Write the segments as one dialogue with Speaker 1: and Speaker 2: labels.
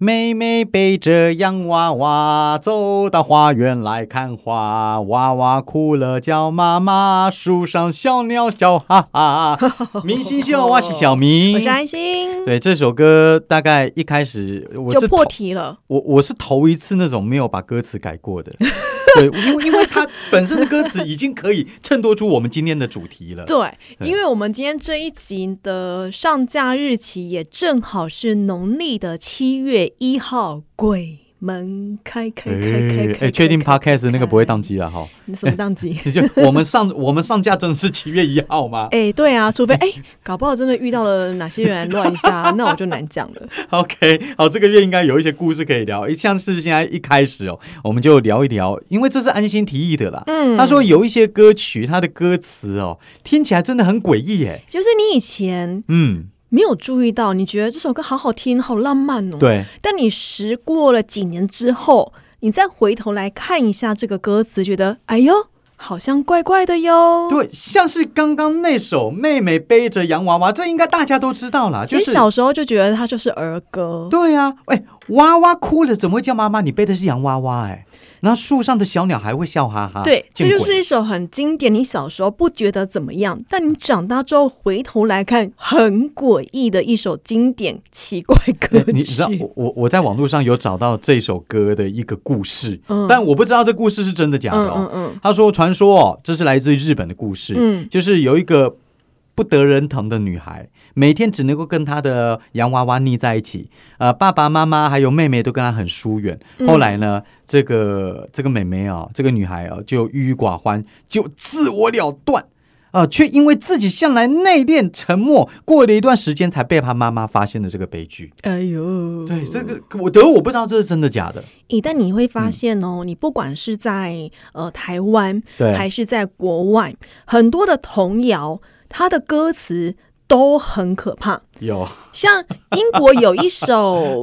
Speaker 1: 妹妹背着洋娃娃走到花园来看花，娃娃哭了叫妈妈，树上小鸟笑哈哈。明星秀，我是小
Speaker 2: 我
Speaker 1: 明
Speaker 2: 是。安心，
Speaker 1: 对这首歌，大概一开始我
Speaker 2: 就是
Speaker 1: 头
Speaker 2: 破题了。
Speaker 1: 我我是头一次那种没有把歌词改过的， 对，因为因为它本身的歌词已经可以衬托出我们今天的主题了。
Speaker 2: 对，
Speaker 1: 呃对
Speaker 2: 因为我们今天这一集的上架日期也正好是农历的七月一号，鬼门开开开开开
Speaker 1: 哎
Speaker 2: 开，
Speaker 1: 哎，确定
Speaker 2: 开
Speaker 1: Podcast 那个不会宕？机了哈？
Speaker 2: 你什么宕机？
Speaker 1: 就我们上我们上架真的是七月一号吗
Speaker 2: 哎，对啊，除非哎，搞不好真的遇到了哪些人来乱一下，那我就难讲了。
Speaker 1: ？OK，好，这个月应该有一些故事可以聊。像是现在一开始哦，我们就聊一聊，因为这是安心提议的啦。
Speaker 2: 嗯
Speaker 1: 他说有一些歌曲，它的歌词哦，听起来真的很诡异耶。
Speaker 2: 就是你以前
Speaker 1: 嗯，
Speaker 2: 没有注意到，你觉得这首歌好好听，好浪漫哦。
Speaker 1: 对，
Speaker 2: 但你时过了几年之后，你再回头来看一下这个歌词，觉得哎呦，好像怪怪的哟。
Speaker 1: 对，像是刚刚那首《妹妹背着洋娃娃》，这应该大家都知道啦。啊就
Speaker 2: 其
Speaker 1: 是
Speaker 2: 实小时候就觉得它就是儿歌，
Speaker 1: 对啊，哎，娃娃哭了怎么会叫妈妈？你背的是洋娃娃哎，然后树上的小鸟还会笑哈哈。啊见
Speaker 2: 这就
Speaker 1: 鬼
Speaker 2: 是一首很经典。你小时候不觉得怎么样，但你长大之后回头来看，很诡异的一首经典奇怪歌曲。
Speaker 1: 哎你知道我我我在网络上有找到这首歌的一个故事，
Speaker 2: 嗯
Speaker 1: 但我不知道这故事是真的假的
Speaker 2: 嗯
Speaker 1: 哦。
Speaker 2: 嗯嗯，
Speaker 1: 他说，传说哦，这是来自于日本的故事，
Speaker 2: 嗯
Speaker 1: 就是有一个不得人疼的女孩，每天只能够跟她的洋娃娃腻在一起，呃，爸爸妈妈还有妹妹都跟她很疏远。
Speaker 2: 嗯
Speaker 1: 后来呢，这个这个妹妹啊、这个女孩啊，就郁郁寡欢，就自我了断。啊、却因为自己向来内敛沉默，过了一段时间才被她妈妈发现的这个悲剧。
Speaker 2: 哎呦，
Speaker 1: 对，这个我得我不知道这是真的假的。
Speaker 2: 诶，但你会发现哦，你不管是在呃台湾，
Speaker 1: 对
Speaker 2: 还是在国外，很多的童谣，它的歌词都很可怕。
Speaker 1: 有，
Speaker 2: 像英国有一 首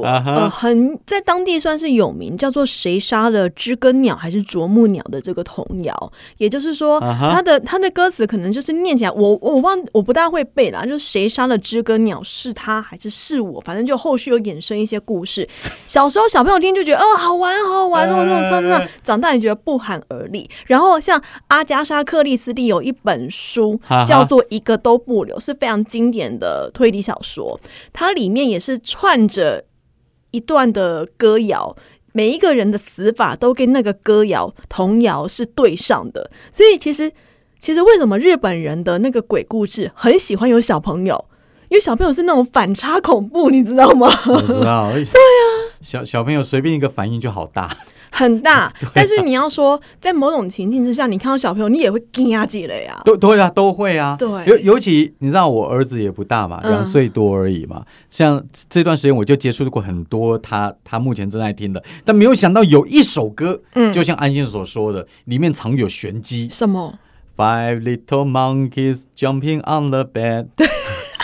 Speaker 1: 啊哈
Speaker 2: 呃很在当地算是有名，叫做“谁杀了知更鸟还是啄木鸟”的这个童谣，也就是说，
Speaker 1: 啊哈
Speaker 2: 它的它的歌词可能就是念起来，我我忘我不大会背啦，就是谁杀了知更鸟是他还是是我，反正就后续有衍生一些 故事。小时候小朋友听就觉得哦好玩好玩哦
Speaker 1: 呃
Speaker 2: 那种唱唱， 长大你觉得不寒而栗。然后像阿加莎克里斯蒂有一本书
Speaker 1: 哈哈
Speaker 2: 叫做《一个都不留》，是非常经典的推理小说，它里面也是串着一段的歌谣。每一个人的死法都跟那个歌谣、童谣是对上的，所以其实其实为什么日本人的那个鬼故事很喜欢有小朋友？因为小朋友是那种反差恐怖，你知道吗？
Speaker 1: 我知道。 对啊，小小朋友随便一个反应就好 大。
Speaker 2: 很大。但是你要说，在某种情境之下，你看到小朋友，你也会惊啊起来呀。
Speaker 1: 都对啊，都会啊。
Speaker 2: 对
Speaker 1: 尤尤其你知道我儿子也不大嘛，
Speaker 2: 嗯
Speaker 1: 两岁多而已嘛。像这段时间我就接触过很多他他目前正在听的，但没有想到有一首歌，
Speaker 2: 嗯
Speaker 1: 就像安心所说的，里面藏有玄机。
Speaker 2: 什么？
Speaker 1: Five little monkeys jumping on the bed。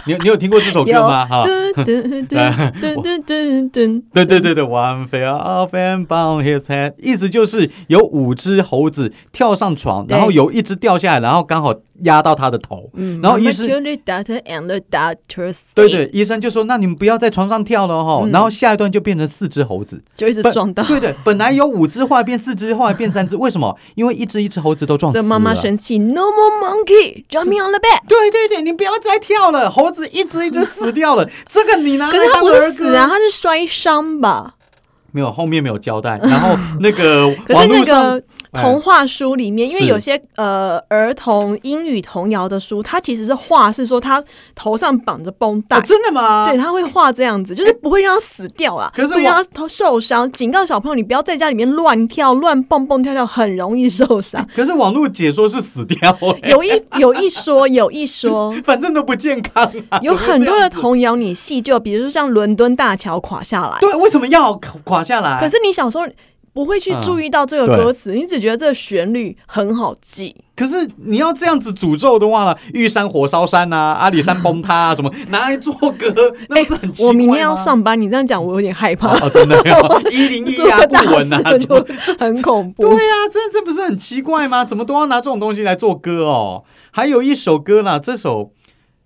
Speaker 1: 你有 你有听过这首歌吗？哈。
Speaker 2: 噔噔噔噔噔噔噔。
Speaker 1: 对对对对，One fell off and banged his head，意思就是有五只猴子跳上床，
Speaker 2: 对
Speaker 1: 然后有一只掉下来，然后刚好压到他的头，
Speaker 2: 嗯
Speaker 1: 然后医生
Speaker 2: Maternity doctor and the doctor say，
Speaker 1: 对对，医生就说：“那你们不要在床上跳了哈、然后下一段就变成四只猴子，
Speaker 2: 就一直
Speaker 1: 本
Speaker 2: 嗯撞到。
Speaker 1: 对的，本来有五只，后来变四只，后来变三只，为什么？因为一只一只猴子都撞死
Speaker 2: 这
Speaker 1: 了。
Speaker 2: 妈妈生气，No more monkey jumping on the bed。
Speaker 1: 对对对，你不要再跳了，猴子一只一只死掉 了，这个你拿
Speaker 2: 可
Speaker 1: 来
Speaker 2: 是他
Speaker 1: 当
Speaker 2: 不
Speaker 1: 儿
Speaker 2: 是
Speaker 1: 歌
Speaker 2: 死啊，他是摔伤吧？
Speaker 1: 没有，后面没有交代。然后那个
Speaker 2: 可
Speaker 1: 网
Speaker 2: 是
Speaker 1: 络
Speaker 2: 那
Speaker 1: 上
Speaker 2: 个童话书里面，因为
Speaker 1: 是
Speaker 2: 有些呃儿童英语童谣的书，它其实是画是说他头上绑着绷带
Speaker 1: 啊，，真的吗？
Speaker 2: 对，他会画这样子，就是不会让他死掉啦，
Speaker 1: 可是
Speaker 2: 不会
Speaker 1: 我
Speaker 2: 让他受伤，警告小朋友你不要在家里面乱跳、乱蹦蹦跳跳，很容易
Speaker 1: 。
Speaker 2: 受伤
Speaker 1: 可是网络解说是死掉、欸，
Speaker 2: 有一有一说，有一说，
Speaker 1: 反正都不健康啊。
Speaker 2: 有
Speaker 1: 怎么会
Speaker 2: 很
Speaker 1: 这
Speaker 2: 多的
Speaker 1: 样子
Speaker 2: 童谣你细究，比如说像伦敦大桥垮下来，
Speaker 1: 对，为什么要垮垮下来？
Speaker 2: 可是你小时候不会去注意到这个
Speaker 1: 嗯对
Speaker 2: 歌词，你只觉得这个旋律很好记。
Speaker 1: 可是你要这样子诅咒的话呢，玉山火烧山啊，阿里山崩塌啊，什么 拿来做歌，那不是很奇怪吗、
Speaker 2: 哎欸我明天要上班，你这样讲我有点害 怕，
Speaker 1: 哦，真的一零一啊，
Speaker 2: 个
Speaker 1: 不
Speaker 2: 大
Speaker 1: 稳啊，
Speaker 2: 事
Speaker 1: 什
Speaker 2: 就
Speaker 1: 么？
Speaker 2: 很恐怖
Speaker 1: 对。啊，这这不是很奇怪吗？怎么都要拿这种东西来做歌哦？还有一首歌啦，这首《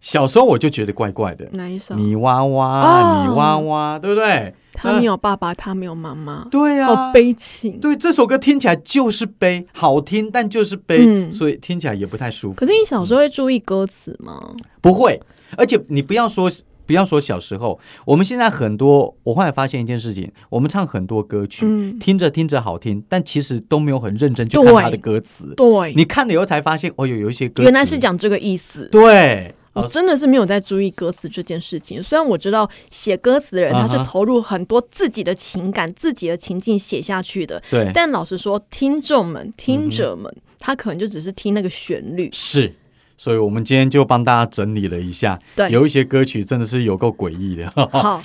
Speaker 1: 小时候我就觉得怪怪的，
Speaker 2: 哪一首？
Speaker 1: 泥娃娃，
Speaker 2: 哦
Speaker 1: 泥娃娃，对不对？
Speaker 2: 他没有爸爸，他没有妈妈，
Speaker 1: 对啊呀、
Speaker 2: 好悲情。
Speaker 1: 对，这首歌听起来就是悲，好听但就是悲，
Speaker 2: 嗯
Speaker 1: 所以听起来也不太舒服。
Speaker 2: 可是你小时候会注意歌词吗？
Speaker 1: 不会，而且你不要说不要说小时候，我们现在很多，我后来发现一件事情，我们唱很多歌曲，
Speaker 2: 嗯
Speaker 1: 听着听着好听，但其实都没有很认真去看它的歌词。
Speaker 2: 对，
Speaker 1: 你看了以后才发现，哦，有有一些歌词
Speaker 2: 原来是讲这哦个意思。
Speaker 1: 对，
Speaker 2: 我真的是没有在注意歌词这件事情。虽然我知道写歌词的人
Speaker 1: 啊
Speaker 2: 他
Speaker 1: 哈
Speaker 2: 是投入很多自己的情感、自己的情境写下去的，
Speaker 1: 对，
Speaker 2: 但老实说，听众们、听者们，他可能就只是听那个旋律。
Speaker 1: 是。所以，我们今天就帮大家整理了一下，
Speaker 2: 对
Speaker 1: 有一些歌曲真的是有够诡异的。
Speaker 2: 好，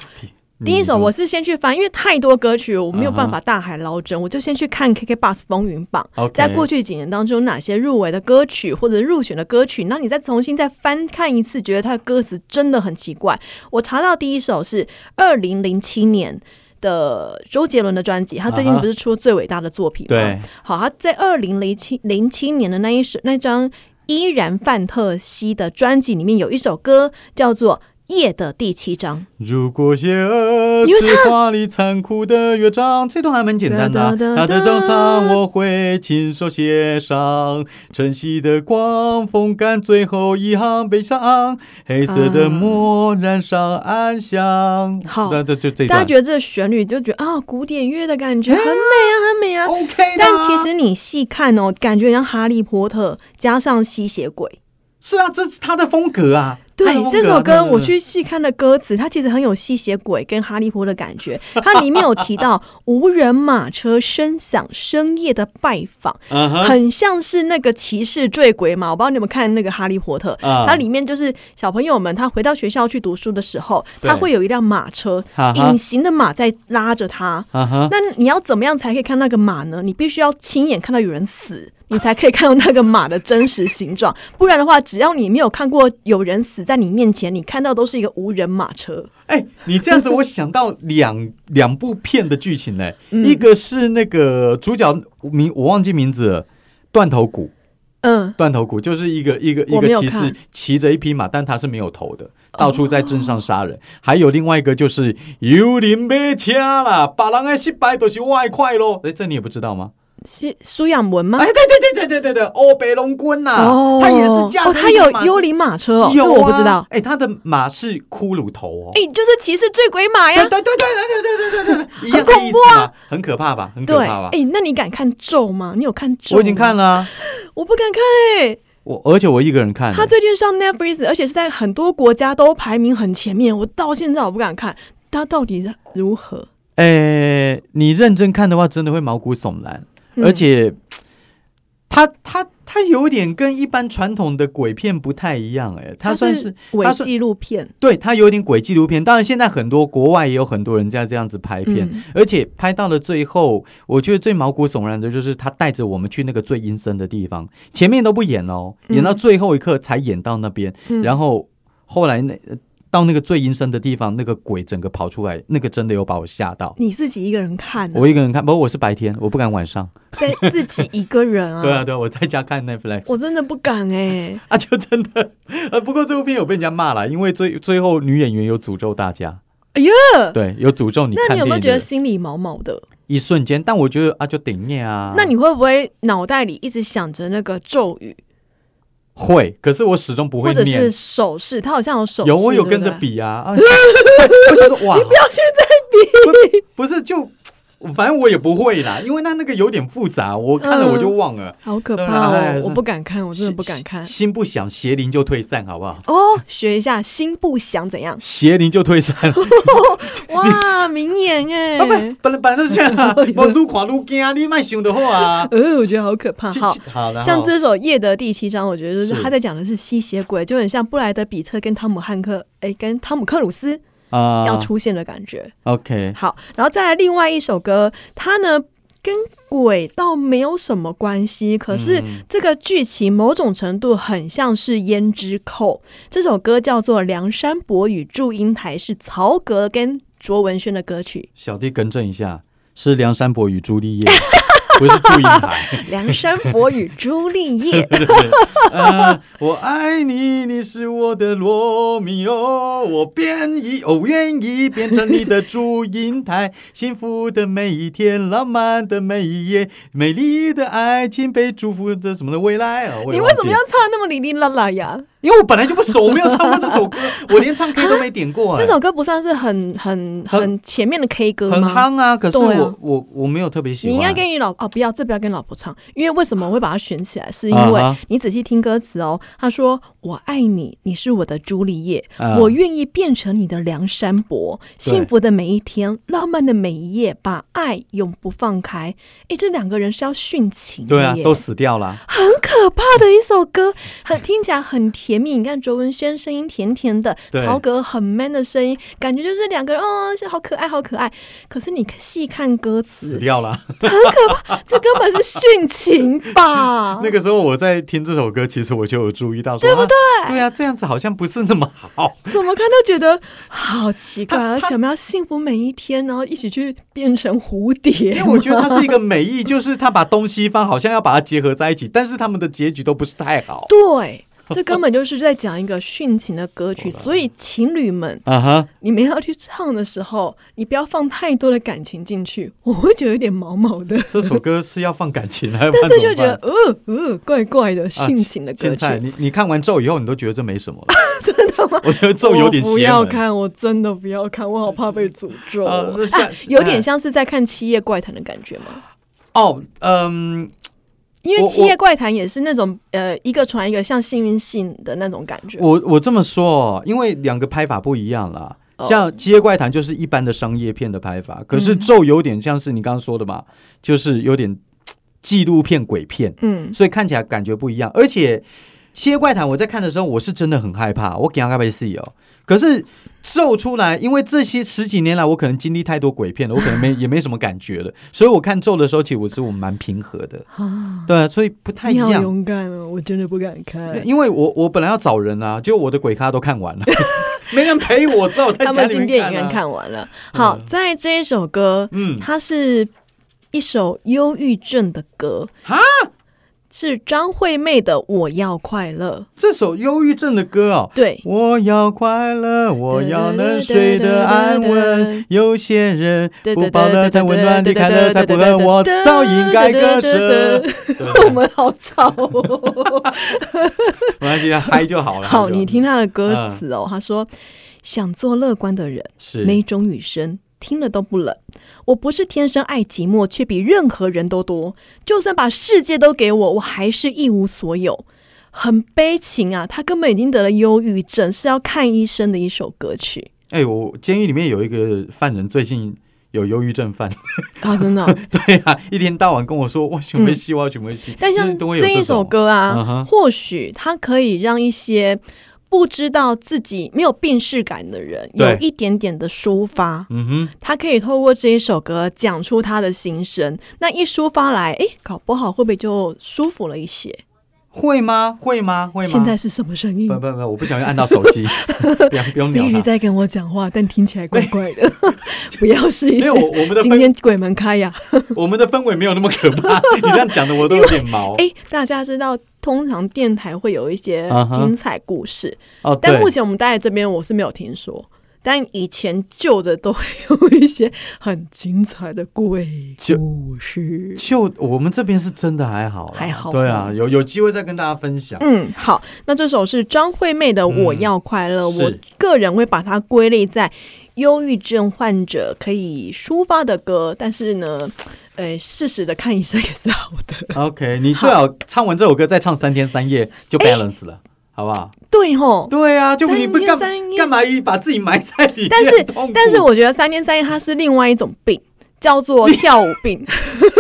Speaker 2: 第一首我是先去翻，因为太多歌曲我没有办法大海捞针，我就先去看 KK Bus 风云榜。
Speaker 1: OK，
Speaker 2: 在过去几年当中，有哪些入围的歌曲或者入选的歌曲，那你再重新再翻看一次，觉得它的歌词真的很奇怪。我查到第一首是二零零七年的周杰伦的专辑，他最近
Speaker 1: 啊哈
Speaker 2: 不是出《最伟大的作品》吗？
Speaker 1: 对，
Speaker 2: 好，他在二零零七零七年的那一首那张《依然范特西》的专辑里面有一首歌叫做《夜的第七章
Speaker 1: 如果邪恶
Speaker 2: 你会
Speaker 1: 是华丽残酷的乐章，这段还蛮简单的、啊。它
Speaker 2: 哒哒哒
Speaker 1: 的章唱我会亲手写上，晨曦的光风干最后一行悲伤，黑色的墨染上暗香。
Speaker 2: 好
Speaker 1: 那这就这一》，
Speaker 2: 大
Speaker 1: 段
Speaker 2: 家觉得这旋律就觉得啊，古典乐的感 觉很美啊，很美啊。
Speaker 1: OK 的啊
Speaker 2: 但其实你细看哦，感觉像哈利波特加上吸血鬼。
Speaker 1: 是啊，这是他的风格啊。他
Speaker 2: 对
Speaker 1: 的风格啊
Speaker 2: 这首歌，
Speaker 1: 对
Speaker 2: 我去细看的歌词，它其实很有吸血鬼跟哈利波特的感 觉。它里面有提到无人马车声响，深夜的拜访，
Speaker 1: 嗯哼
Speaker 2: 很像是那个骑士坠鬼嘛。我不知道你们看那个《哈利波特》
Speaker 1: 啊
Speaker 2: 它里面就是小朋友们他回到学校去读书的时候，
Speaker 1: 对
Speaker 2: 他会有一辆马车
Speaker 1: 啊，哈
Speaker 2: 隐形的马在拉着他。
Speaker 1: 啊哈，
Speaker 2: 那你要怎么样才可以看那个马呢？你必须要亲眼看到有人死，你才可以看到那个马的真实形状。不然的话，只要你没有看过有人死在你面前，你看到都是一个无人马车。
Speaker 1: 哎、你这样子，我想到两 两部片的剧情嘞、
Speaker 2: 嗯
Speaker 1: 一个是那个主角名我忘记名字了，断头谷。
Speaker 2: 嗯，
Speaker 1: 断头谷就是一个一个一
Speaker 2: 我没
Speaker 1: 个
Speaker 2: 有
Speaker 1: 骑
Speaker 2: 看
Speaker 1: 士骑着一匹马，但他是没有头的，到处在镇上杀人。还有另外一个就是幽灵被车啦，把人的失败都是外快咯。哎，这你也不知道吗？
Speaker 2: 是苏养文吗
Speaker 1: 哎，？对对对对对对对，欧北龙棍呐，
Speaker 2: 哦，
Speaker 1: 啊他也是驾
Speaker 2: 哦，
Speaker 1: 着
Speaker 2: 他
Speaker 1: 一匹
Speaker 2: 有
Speaker 1: 马
Speaker 2: 幽，灵马车哦，
Speaker 1: 有啊
Speaker 2: 这我不知道。。
Speaker 1: 哎，他的马是骷髅头哦。
Speaker 2: 哎，就是骑士追鬼马
Speaker 1: 对
Speaker 2: 呀。
Speaker 1: 对对对对对对对对，一样
Speaker 2: 很
Speaker 1: 的
Speaker 2: 恐
Speaker 1: 意
Speaker 2: 怖
Speaker 1: 思
Speaker 2: 啊
Speaker 1: 嘛，很可怕吧？很可
Speaker 2: 对，
Speaker 1: 怕吧？
Speaker 2: 哎，那你敢看咒吗？你有看咒？
Speaker 1: 我已经看
Speaker 2: 了，
Speaker 1: 了啊，
Speaker 2: 我不敢看哎。
Speaker 1: 我而且我一个人看的。
Speaker 2: 他最近上 Netflix，而且是在很多国家都排名很前面，我到现在我不敢看，他到底是如何？
Speaker 1: 诶、你认真看的话，真的会毛骨悚然，
Speaker 2: 嗯
Speaker 1: 而且它它它有点跟一般传统的鬼片不太一样、诶，它算是
Speaker 2: 伪
Speaker 1: 它算
Speaker 2: 纪录片，
Speaker 1: 对它有点鬼纪录片。当然，现在很多国外也有很多人在这样子拍片，
Speaker 2: 嗯
Speaker 1: 而且拍到了最后，我觉得最毛骨悚然的就是他带着我们去那个最阴森的地方，前面都不演哦，
Speaker 2: 嗯
Speaker 1: 演到最后一刻才演到那边，
Speaker 2: 嗯
Speaker 1: 然后后来那。到那个最阴森的地方，那个鬼整个跑出来，那个真的有把我吓到。
Speaker 2: 你自己一个人看、啊
Speaker 1: 我，一个人看，不过我是白天，我不敢晚上。
Speaker 2: 在自己一个人啊，
Speaker 1: 对啊，对啊，我在家看 Netflix
Speaker 2: 我真的不敢哎、
Speaker 1: 啊，就真的。呃，不过这部片有被人家骂了，因为最最后女演员有诅咒大家。
Speaker 2: 哎呀，
Speaker 1: 对，有诅 咒你
Speaker 2: 那
Speaker 1: 看电
Speaker 2: 你有
Speaker 1: 影
Speaker 2: 没
Speaker 1: 的
Speaker 2: 有觉得心里毛毛的？
Speaker 1: 一瞬间，但我觉得啊，就顶念啊。
Speaker 2: 那你会不会脑袋里一直想着那个咒语，
Speaker 1: 会，可是我始终不
Speaker 2: 或
Speaker 1: 会
Speaker 2: 者是
Speaker 1: 念。
Speaker 2: 手势？他好像有手势，
Speaker 1: 有，我有跟着
Speaker 2: 对不对。
Speaker 1: 比啊。啊我想说，哇，
Speaker 2: 不要现在
Speaker 1: 不是就，反正我也不会啦，因为那那个有点复杂，我看了我就忘了。
Speaker 2: 好可
Speaker 1: 对啊
Speaker 2: 怕
Speaker 1: 哎
Speaker 2: 哦！
Speaker 1: 是
Speaker 2: 我不敢嗯看，我真的不敢
Speaker 1: 心
Speaker 2: 看。
Speaker 1: 心不想，邪灵就退散，好不好？
Speaker 2: 哦，学一下心不想怎 样？
Speaker 1: 邪灵就退散。
Speaker 2: 哇，名言哎、。
Speaker 1: 啊，不，本来本来都是这样啊，我愈看愈惊，你卖想得好啊
Speaker 2: 呃，我觉得好可怕。
Speaker 1: 这
Speaker 2: 好，
Speaker 1: 这好了，
Speaker 2: 像
Speaker 1: 好
Speaker 2: 这首《夜的第七章》，我觉得就是
Speaker 1: 是
Speaker 2: 他在讲的是吸血鬼，就很像布莱德比特跟汤姆汉克，哎，跟汤姆克鲁斯
Speaker 1: 啊
Speaker 2: 要出现的感觉。
Speaker 1: OK，
Speaker 2: 好，然后再来另外一首歌，它呢跟鬼倒没有什么关系，可是
Speaker 1: 嗯
Speaker 2: 这个剧情某种程度很像是《胭脂扣》这首歌，叫做《梁山伯与祝英台》，是曹格跟卓文萱的歌曲。
Speaker 1: 小弟更正一下，是梁山伯与朱丽叶。 不是祝英 台。
Speaker 2: 梁山伯与朱丽叶，
Speaker 1: 呃，我爱你，你是我的罗密欧，我变意，我愿意变成你的祝英 台，幸福的每一天，浪漫的每一夜，美丽的爱情被祝福的什么的未来啊！ 我也
Speaker 2: 你
Speaker 1: 忘
Speaker 2: 为
Speaker 1: 记
Speaker 2: 什么要
Speaker 1: 了
Speaker 2: 唱那么哩哩啦啦呀？
Speaker 1: 因为我本来就不熟，我没有唱过这首歌，我连唱 K 都没点过、哎
Speaker 2: 这首歌不算是很很
Speaker 1: 很
Speaker 2: 很前面的 K 歌
Speaker 1: 很
Speaker 2: 吗？
Speaker 1: 夯啊，可是
Speaker 2: 对啊
Speaker 1: 我我我没有特别喜
Speaker 2: 你
Speaker 1: 欢。
Speaker 2: 应该跟你老哦，不要，这不要跟老婆唱，因为为什么我会把它选起来，是因
Speaker 1: 啊
Speaker 2: 为
Speaker 1: 哈
Speaker 2: 你仔细听歌词哦。他说：“我爱你，你是我的朱丽叶，
Speaker 1: 啊
Speaker 2: 我愿意变成你的梁山伯，
Speaker 1: 对
Speaker 2: 幸福的每一天，浪漫的每一夜，把爱永不放开。”哎，这两个人是要殉情的
Speaker 1: 对啊，
Speaker 2: 耶
Speaker 1: 都死掉了。
Speaker 2: 很可怕的一首歌，很听起来很甜蜜。你看卓文萱声音甜甜的，
Speaker 1: 对
Speaker 2: 曹格很 man 的声音，感觉就是两个人，哦，是好可爱，好可爱。可是你细看歌
Speaker 1: 死
Speaker 2: 词，
Speaker 1: 掉了。
Speaker 2: 这根本是殉情吧？
Speaker 1: 那个时候我在听这首歌，其实我就有注意到说，对不对？对啊，这样子好像不是那么 好。
Speaker 2: 怎么看都觉得好奇怪，
Speaker 1: 他
Speaker 2: 而
Speaker 1: 他
Speaker 2: 且我们要幸福每一天，然后一起去变成蝴
Speaker 1: 因
Speaker 2: 蝶
Speaker 1: 为。我觉得它是一个美意，就是它把东西方好像要把它结合在一起，但是他们的结局都不是太 好。
Speaker 2: 对，这根本就是在讲一个殉情的歌曲，所以情侣们
Speaker 1: 啊哈，
Speaker 2: 你们要去唱的时候，你不要放太多的感情进去，我会觉得有点毛毛 的。
Speaker 1: 这首歌是要放感 情，啊还要
Speaker 2: 但
Speaker 1: 放
Speaker 2: 是
Speaker 1: 怎
Speaker 2: 就
Speaker 1: 么
Speaker 2: 觉得
Speaker 1: 办？啊
Speaker 2: 呃呃怪怪的殉情的歌
Speaker 1: 现
Speaker 2: 曲，
Speaker 1: 在你你看完咒以后，你都觉得这没什么了。
Speaker 2: 真的吗？
Speaker 1: 我觉得咒有点
Speaker 2: 我不
Speaker 1: 邪
Speaker 2: 要
Speaker 1: 门。
Speaker 2: 看，我真的不要看，我好怕被诅 咒。
Speaker 1: 呃那下
Speaker 2: 啊 有点像是在看《七夜怪谈》的感觉吗？
Speaker 1: 哦，嗯，
Speaker 2: 因为
Speaker 1: 我
Speaker 2: 《七夜怪谈》也是那种呃一个传一个，像幸运信的那种感觉。
Speaker 1: 我我这么说，哦，因为两个拍法不一样啦。
Speaker 2: 哦嗯
Speaker 1: 像《街怪谈》就是一般的商业片的拍法，可是《咒》有点像是你刚刚说的嘛，就是有点嘖嗯纪录片、鬼片，
Speaker 2: 嗯，
Speaker 1: 所以看起来感觉不一样。而且《街怪谈》我在看的时候，我是真的很害怕，我给他被死哦。可是《咒》出来，因为这些十几年来我可能经历太多鬼片了，我可能没 也没什么感觉了，所以我看《咒》的时候，其实我是我蛮平和的，
Speaker 2: 啊，
Speaker 1: 对啊，所以不太一
Speaker 2: 你好
Speaker 1: 样。
Speaker 2: 勇敢哦，我真的不敢 看。
Speaker 1: 因为我我本来要找人啊，结果我的鬼咖都看完了，没人陪我，只好在
Speaker 2: 他
Speaker 1: 家
Speaker 2: 们
Speaker 1: 里
Speaker 2: 进
Speaker 1: 面
Speaker 2: 电影院
Speaker 1: 啊。
Speaker 2: 看完了。好，在这一首歌，
Speaker 1: 嗯
Speaker 2: 它是一首忧郁症的歌
Speaker 1: 哈，
Speaker 2: 是张惠妹的《我要快乐
Speaker 1: 这首忧郁症的歌哦》。。
Speaker 2: 对，
Speaker 1: 我要快乐，我要能睡得安稳。有些人不饱了才温暖，离开了才不恨。我早应该割舍。。
Speaker 2: 我们好吵哦。
Speaker 1: 没关系，嗨就好了。
Speaker 2: 好，
Speaker 1: 嗨就
Speaker 2: 你听他的歌词哦，他说：“想做乐观的人，
Speaker 1: 是
Speaker 2: 每种雨声听了都不冷。我不是天生爱寂寞，却比任何人都多。就算把世界都给我，我还是一无所有。很悲情啊，他根本已经得了忧郁症，是要看医生的一首歌曲
Speaker 1: 哎、我监狱里面有一个犯人，最近有忧郁症犯。
Speaker 2: 啊，真的啊、
Speaker 1: 对啊，一天到晚跟我说我想会戏，我想会戏。
Speaker 2: 但像这一首歌
Speaker 1: 嗯
Speaker 2: 啊，
Speaker 1: 哼
Speaker 2: 或许它可以让一些不知道自己没有病逝感的人，有
Speaker 1: 对
Speaker 2: 一点点的抒发。
Speaker 1: 嗯哼，
Speaker 2: 他可以透过这一首歌讲出他的心声，那一抒发来，诶，搞不好会不会就舒服了一些？
Speaker 1: 会吗？会吗？会吗？
Speaker 2: 现在是什么声音
Speaker 1: 不不不，我不小心按到手 机，不要不用鸟
Speaker 2: Siri
Speaker 1: 它。
Speaker 2: 在跟我讲话，但听起来怪怪 的，不要试一
Speaker 1: 因为
Speaker 2: 试。
Speaker 1: 我我们的
Speaker 2: 今
Speaker 1: 氛
Speaker 2: 天鬼门开呀！
Speaker 1: 我们的氛围没有那么可怕， 你这样讲的我都有点毛。
Speaker 2: 诶，大家知道，通常电台会有一些
Speaker 1: 啊哈
Speaker 2: 精彩故事
Speaker 1: 哦，
Speaker 2: 但
Speaker 1: 对
Speaker 2: 目前我们待在这边，我是没有听说。但以前旧的都会有一些很精彩的鬼
Speaker 1: 就
Speaker 2: 故事。
Speaker 1: 就我们这边是真的还好啦，
Speaker 2: 还好
Speaker 1: 对啊，有有机会再跟大家分享。
Speaker 2: 嗯，好，那这首是张惠妹的《我要快乐》
Speaker 1: 嗯是
Speaker 2: 我个人会把它归类在忧郁症患者可以抒发的歌，但是呢，呃，适时的看医生也是好的。
Speaker 1: OK，你最好唱完这首歌再唱三天三夜就 balance 了，好不好？
Speaker 2: 对哦吼，
Speaker 1: 对啊，就
Speaker 2: 三
Speaker 1: 你不
Speaker 2: 天
Speaker 1: 干
Speaker 2: 三夜
Speaker 1: 干嘛一把自己埋在里面？
Speaker 2: 但是
Speaker 1: 痛苦
Speaker 2: 但是我觉得三天三夜它是另外一种病，叫做跳舞 病。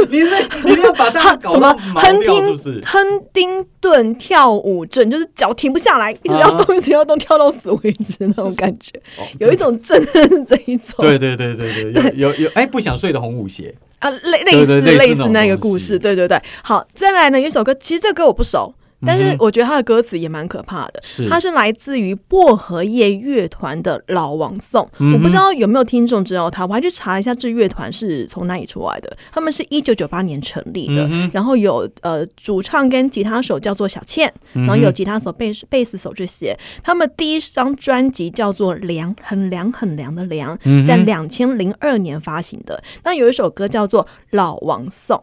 Speaker 1: 你是你是要把 大家搞
Speaker 2: 怎么
Speaker 1: 到毛
Speaker 2: 亨
Speaker 1: 掉是
Speaker 2: 丁
Speaker 1: 不 是？
Speaker 2: 亨丁顿跳舞症，就是脚停不下来，一直要
Speaker 1: 啊
Speaker 2: 动，一直要动，跳到死为止那种感觉。
Speaker 1: 哦
Speaker 2: 有一种症是这一种。
Speaker 1: 对对对对对，有有有哎，不想睡的红舞鞋。
Speaker 2: 啊，类类
Speaker 1: 对
Speaker 2: 似
Speaker 1: 对类似那
Speaker 2: 似
Speaker 1: 种
Speaker 2: 那个
Speaker 1: 东
Speaker 2: 故
Speaker 1: 西
Speaker 2: 事，对对对。好，再来呢，有一首歌，其实这歌我不熟，但
Speaker 1: 嗯
Speaker 2: 是我觉得他的歌词也蛮可怕的。
Speaker 1: 是
Speaker 2: 它是来自于薄荷叶乐团的《老王颂》，
Speaker 1: 嗯
Speaker 2: 我
Speaker 1: 哼
Speaker 2: 不知道有没有听众知道他，我还去查一下这乐团是从哪里出来的。他们是一九九八年成立的，
Speaker 1: 嗯
Speaker 2: 然后有呃主唱跟吉他手叫做小倩，
Speaker 1: 嗯
Speaker 2: 然后有吉他手、贝斯贝斯手这些。他们第一张专辑叫做《凉》，很凉很凉的凉，
Speaker 1: 嗯
Speaker 2: 在两千零二年发行的。那有一首歌叫做《老王颂》。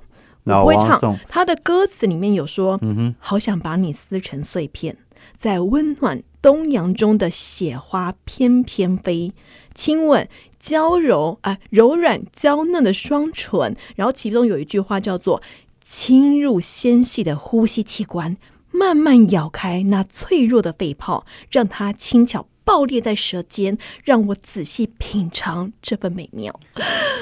Speaker 2: 我
Speaker 1: 老
Speaker 2: 不会
Speaker 1: 王嗯
Speaker 2: 唱
Speaker 1: 颂，
Speaker 2: 他的歌词里面有说：“好想把你撕成碎片，在温暖东阳中的雪花翩翩飞，亲吻娇柔啊、柔软娇嫩的双唇。”然后其中有一句话叫做“侵入纤细的呼吸器官，慢慢咬开那脆弱的肺泡，让它轻巧爆裂在舌尖，让我仔细品尝这份美妙。”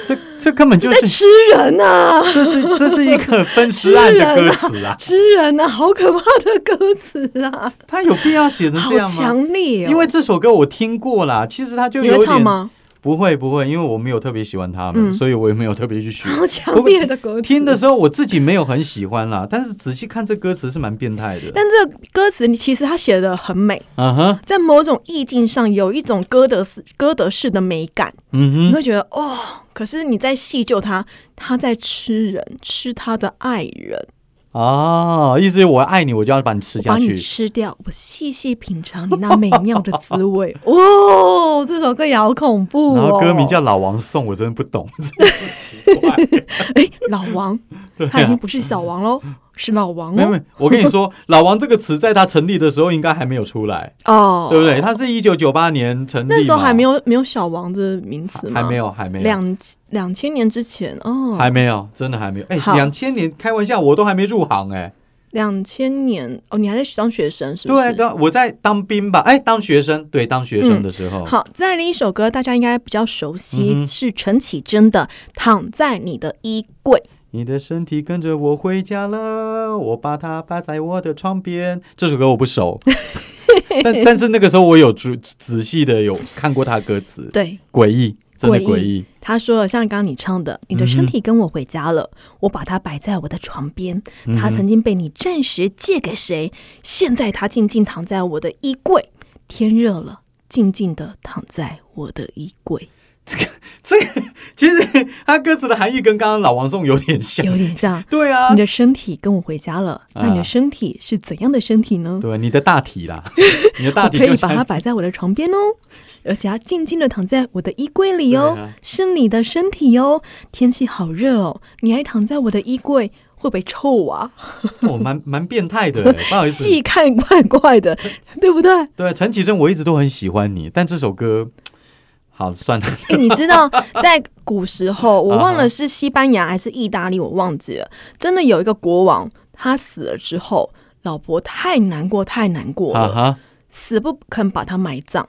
Speaker 1: 这这根本就
Speaker 2: 在
Speaker 1: 是
Speaker 2: 吃人啊呐、
Speaker 1: 这是这是一个分尸案的歌词啊，
Speaker 2: 吃人呐、好可怕的歌词啊，
Speaker 1: 他有必要写成
Speaker 2: 好
Speaker 1: 这样吗？
Speaker 2: 强烈、哦！
Speaker 1: 因为这首歌我听过啦，其实他就
Speaker 2: 你
Speaker 1: 有
Speaker 2: 会
Speaker 1: 点
Speaker 2: 唱吗？ 嗯
Speaker 1: 不会不会，因为我没有特别喜欢他们，所以我也没有特别去学。
Speaker 2: 好强烈的歌词。
Speaker 1: 听的时候我自己没有很喜欢啦，但是仔细看这歌词是蛮变态的。
Speaker 2: 但这个歌词你其实它写的很美，
Speaker 1: 嗯哼，
Speaker 2: 在某种意境上有一种歌德式歌德式的美感，
Speaker 1: 嗯哼，
Speaker 2: 你会觉得哦，可是你在细究他，他在吃人，吃他的爱人，
Speaker 1: 哦，意思是我爱你，我就要把你吃
Speaker 2: 我
Speaker 1: 下
Speaker 2: 把你
Speaker 1: 去。
Speaker 2: 吃掉，我细细品尝你那美妙的滋 味。哦，这首歌也好恐怖哦。嗯
Speaker 1: 然后歌名叫《老王颂》，我真的不懂，真的很奇怪。
Speaker 2: 哎，老王，
Speaker 1: 对
Speaker 2: 他已经
Speaker 1: 啊，
Speaker 2: 不是小王喽，是老王
Speaker 1: 没有没
Speaker 2: 喽。
Speaker 1: 有，我跟你说，“老王”这个词在它成立的时候应该还没有出来，
Speaker 2: 哦，
Speaker 1: 对不对？它是一九九八年成立嘛，
Speaker 2: 那时候还没
Speaker 1: 有，
Speaker 2: 有没有小王这名词吗？
Speaker 1: 还没有，还没有，
Speaker 2: 两两千年之前哦，
Speaker 1: 还没有，真的还没有。哎，
Speaker 2: 好
Speaker 1: 两千年，开玩笑，我都还没入行哎。
Speaker 2: 两千年哦，你还在当学生是不
Speaker 1: 对啊
Speaker 2: 是？
Speaker 1: 对，我在当兵吧，哎，当学生，对，当学生的时候，
Speaker 2: 嗯好，再来一首歌，大家应该比较熟悉，
Speaker 1: 嗯哼
Speaker 2: 是陈绮贞的《躺在你的衣柜》。
Speaker 1: 你的身体跟着我回家了，我把它摆在我的床边。这首歌我不 熟，但但是那个时候我有仔仔细的有看过他的歌词，
Speaker 2: 对，
Speaker 1: 诡异，真的
Speaker 2: 诡
Speaker 1: 诡
Speaker 2: 异
Speaker 1: 异。
Speaker 2: 他说了，像刚刚你唱的，你的身体跟我回家了，
Speaker 1: 嗯
Speaker 2: 我把它摆在我的床边。它曾经被你暂时借给谁，现在它静静躺在我的衣柜。天热了，静静的躺在我的衣柜，
Speaker 1: 这个其实他歌词的含义跟刚刚老王颂有点像，
Speaker 2: 有点像。
Speaker 1: 对啊
Speaker 2: 你，的身体跟我回家了，那你的
Speaker 1: 啊
Speaker 2: 身体是怎样的身体呢？
Speaker 1: 对你的大体 啦，你的大
Speaker 2: 我
Speaker 1: 体
Speaker 2: 可
Speaker 1: 就
Speaker 2: 以把它
Speaker 1: 像
Speaker 2: 摆在我的床边哦，而且它静静的躺在我的衣柜里哦，
Speaker 1: 对啊
Speaker 2: 是你的身体哦。天气好热哦，你还躺在我的衣柜，会不会臭啊？
Speaker 1: 哦， 蛮蛮变态的，不好意思。
Speaker 2: 细看怪怪的，对不对？
Speaker 1: 对，陈绮贞我一直都很喜欢你，但这首歌，好算了，
Speaker 2: 哎、你知道在古时候，我忘
Speaker 1: 啊
Speaker 2: 了
Speaker 1: 哈
Speaker 2: 是西班牙还是意大利，我忘记了。真的有一个国王，他死了之后，老婆太难过，太难过
Speaker 1: 哈
Speaker 2: 了，
Speaker 1: 哈，
Speaker 2: 死不肯把他埋葬，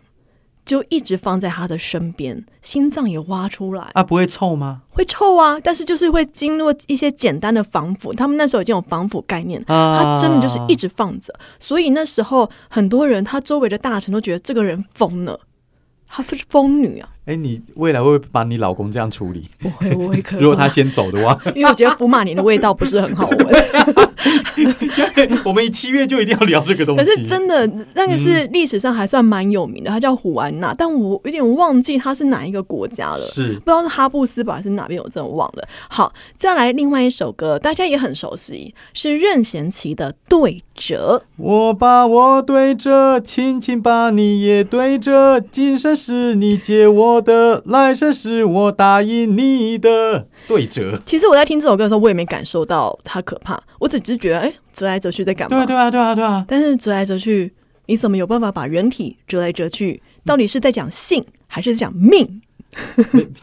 Speaker 2: 就一直放在他的身边，心脏也挖出来，
Speaker 1: 啊，不会臭吗？
Speaker 2: 会臭啊，但是就是会经过一些简单的防腐，他们那时候已经有防腐概念，
Speaker 1: 啊
Speaker 2: 他真的就是一直放着，所以那时候很多人，他周围的大臣都觉得这个人疯了，她是疯女啊，
Speaker 1: 哎，你未来会不会把你老公这样处理？
Speaker 2: 不会，我会可啊
Speaker 1: 如果他先走的 话，
Speaker 2: 因为我觉得福马林的味道不是很好闻，
Speaker 1: 我们七月就一定要聊这个东 西。
Speaker 2: 可是真的那个是历史上还算蛮有名的，它叫胡安娜，但我有点忘记它是哪一个国家了。
Speaker 1: 是
Speaker 2: 不知道是哈布斯堡还是哪边，我真的忘了。好，再来另外一首歌，大家也很熟悉，是任贤齐的《对折
Speaker 1: 我把我对着，轻轻把你也对着，今生是你借我的，来生是我答应你的。对折》。，
Speaker 2: 其实我在听这首歌的时候，我也没感受到它可怕，我只是觉得，哎、折来折去在干嘛？
Speaker 1: 对啊，对啊，对啊，对啊，
Speaker 2: 但是折来折去，你怎么有办法把人体折来折去？到底是在讲性还是讲命？